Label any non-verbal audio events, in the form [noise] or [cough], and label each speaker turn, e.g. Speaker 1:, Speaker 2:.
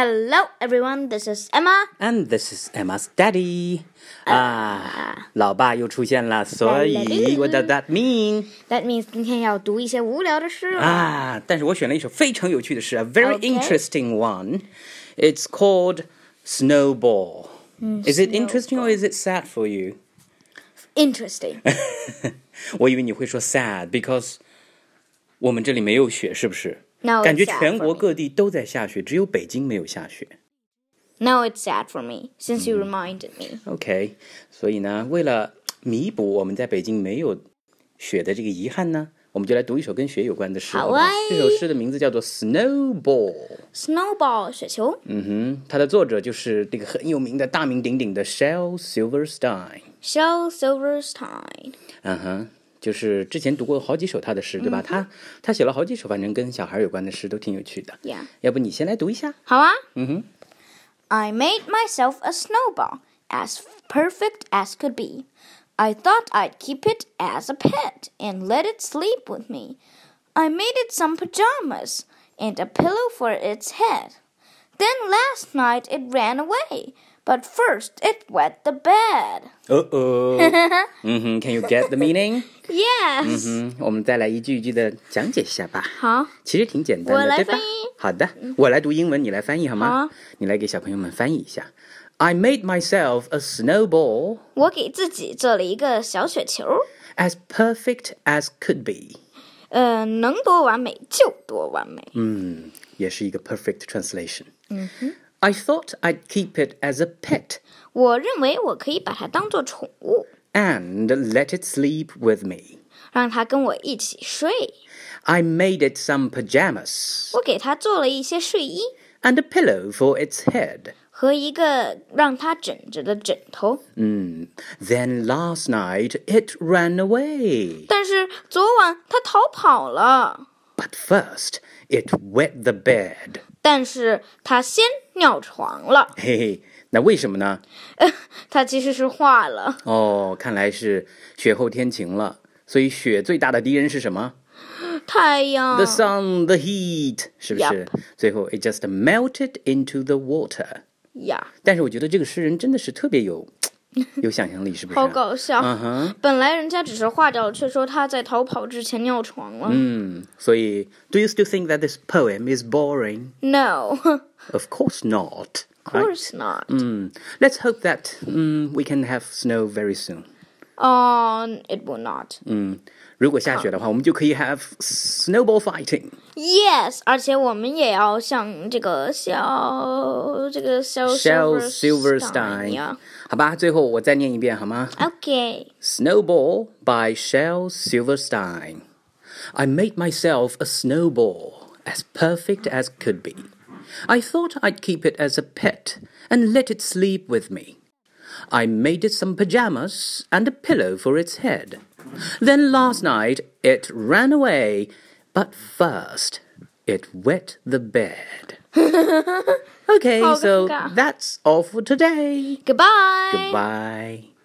Speaker 1: Hello, everyone. This is Emma.
Speaker 2: And this is Emma's daddy. 啊，老爸又出现了，所以 What does that mean？
Speaker 1: That means 今天要读一些无聊的诗
Speaker 2: Ah.
Speaker 1: 了。
Speaker 2: 啊，但是我选了一首非常有趣的诗，a very
Speaker 1: Okay.
Speaker 2: interesting one. It's called Hmm, Snowball. Is it interesting or is it sad for you?
Speaker 1: Interesting.
Speaker 2: 我以为你会说 sad because 我们这里没有雪，是不是
Speaker 1: No, it's
Speaker 2: 感觉
Speaker 1: sad
Speaker 2: 全
Speaker 1: for
Speaker 2: 国
Speaker 1: me.
Speaker 2: 各地都在下雪，只有北京没有下雪。
Speaker 1: Now it's sad for me since
Speaker 2: Hmm.
Speaker 1: you reminded me.
Speaker 2: OK，所以呢，为了弥补我们在北京没有雪的这个遗憾呢，我们就来读一首跟雪有关的诗。
Speaker 1: 好
Speaker 2: 不
Speaker 1: 啊
Speaker 2: 这首诗的名字叫做《Snowball》，
Speaker 1: Snowball 雪球，
Speaker 2: 嗯哼，它的作者就是这个很有名的、大名鼎鼎的 Shel Silverstein。
Speaker 1: Shel Silverstein。
Speaker 2: 嗯哼，就是之前读过好几首他的诗，
Speaker 1: 嗯
Speaker 2: 对吧？他他写了好几首，反正跟小孩有关的诗都挺有趣的。
Speaker 1: Yeah.
Speaker 2: 要不你先来读一下？
Speaker 1: 好啊。嗯哼。I made myself a snowball, as perfect as could be. I thought I'd keep it as a pet and let it sleep with me. I made it some pajamas and a pillow for its head. Then last night it ran away, but first it wet the bed.
Speaker 2: 哦哦， [laughs] 嗯哼，Can you get the meaning？
Speaker 1: Yes.
Speaker 2: 嗯，我们再来一句一句的讲解一下吧。
Speaker 1: 好，
Speaker 2: 其实挺简单
Speaker 1: 我
Speaker 2: 的，
Speaker 1: 来
Speaker 2: 对吧
Speaker 1: 翻译？
Speaker 2: 好的，我来读英文，你来翻译好吗？
Speaker 1: 好啊
Speaker 2: 你来给小朋友们翻译一下。I made myself a snowball
Speaker 1: 我给自己做了一个小雪球，
Speaker 2: as perfect as could be。
Speaker 1: 呃，能多完美就多完美。
Speaker 2: 嗯，也是一个 perfect translation。嗯哼。I thought I'd keep it as a pet
Speaker 1: 我认为我可以把它当做宠物，
Speaker 2: and let it sleep with me.
Speaker 1: 让它跟我一起睡。
Speaker 2: I made it some pajamas
Speaker 1: 我给它做了一些睡衣
Speaker 2: and a pillow for its head.
Speaker 1: 和一个让它枕着的枕头。
Speaker 2: Hmm. Then last night it ran away.
Speaker 1: 但是昨晚它逃跑了，
Speaker 2: But first, it wet the bed.
Speaker 1: 但是它先尿床了，
Speaker 2: 嘿嘿，那为什么呢？
Speaker 1: 它其实是化了。
Speaker 2: 哦，看来是雪后天晴了。所以雪最大的敌人是什么、
Speaker 1: 太阳
Speaker 2: t h e sun, the heat，是不是
Speaker 1: Yep
Speaker 2: 最后 it just melted into the water。
Speaker 1: 呀，
Speaker 2: 但是我觉得这个诗人真的是特
Speaker 1: [laughs]
Speaker 2: 别有有想象力，是不是？
Speaker 1: 好搞笑。本来人家只是化掉了，却说它在逃跑之前尿床了。
Speaker 2: 嗯，所以 Do you still think that this poem is boring?
Speaker 1: No, of
Speaker 2: Of course not. right?
Speaker 1: course not.
Speaker 2: Mm, let's hope that mm, we can have snow very soon.
Speaker 1: On 嗯 it will not.
Speaker 2: 如果下雪的话，我们就可以 have snowball fighting。
Speaker 1: Yes，而且我们也要像这个小这个小
Speaker 2: Shell
Speaker 1: Silverstein 一
Speaker 2: Silverstein
Speaker 1: 样。。
Speaker 2: 好吧，最后我再念一遍好吗
Speaker 1: Okay.
Speaker 2: ？Snowball by Shell Silverstein. I made myself a snowball as perfect as could be. I thought I'd keep it as a pet and let it sleep with me. I made it some pajamas and a pillow for its head. Then last night it ran away, but first it wet the bed. okay, so
Speaker 1: God.
Speaker 2: that's all for today.
Speaker 1: Goodbye.
Speaker 2: Goodbye.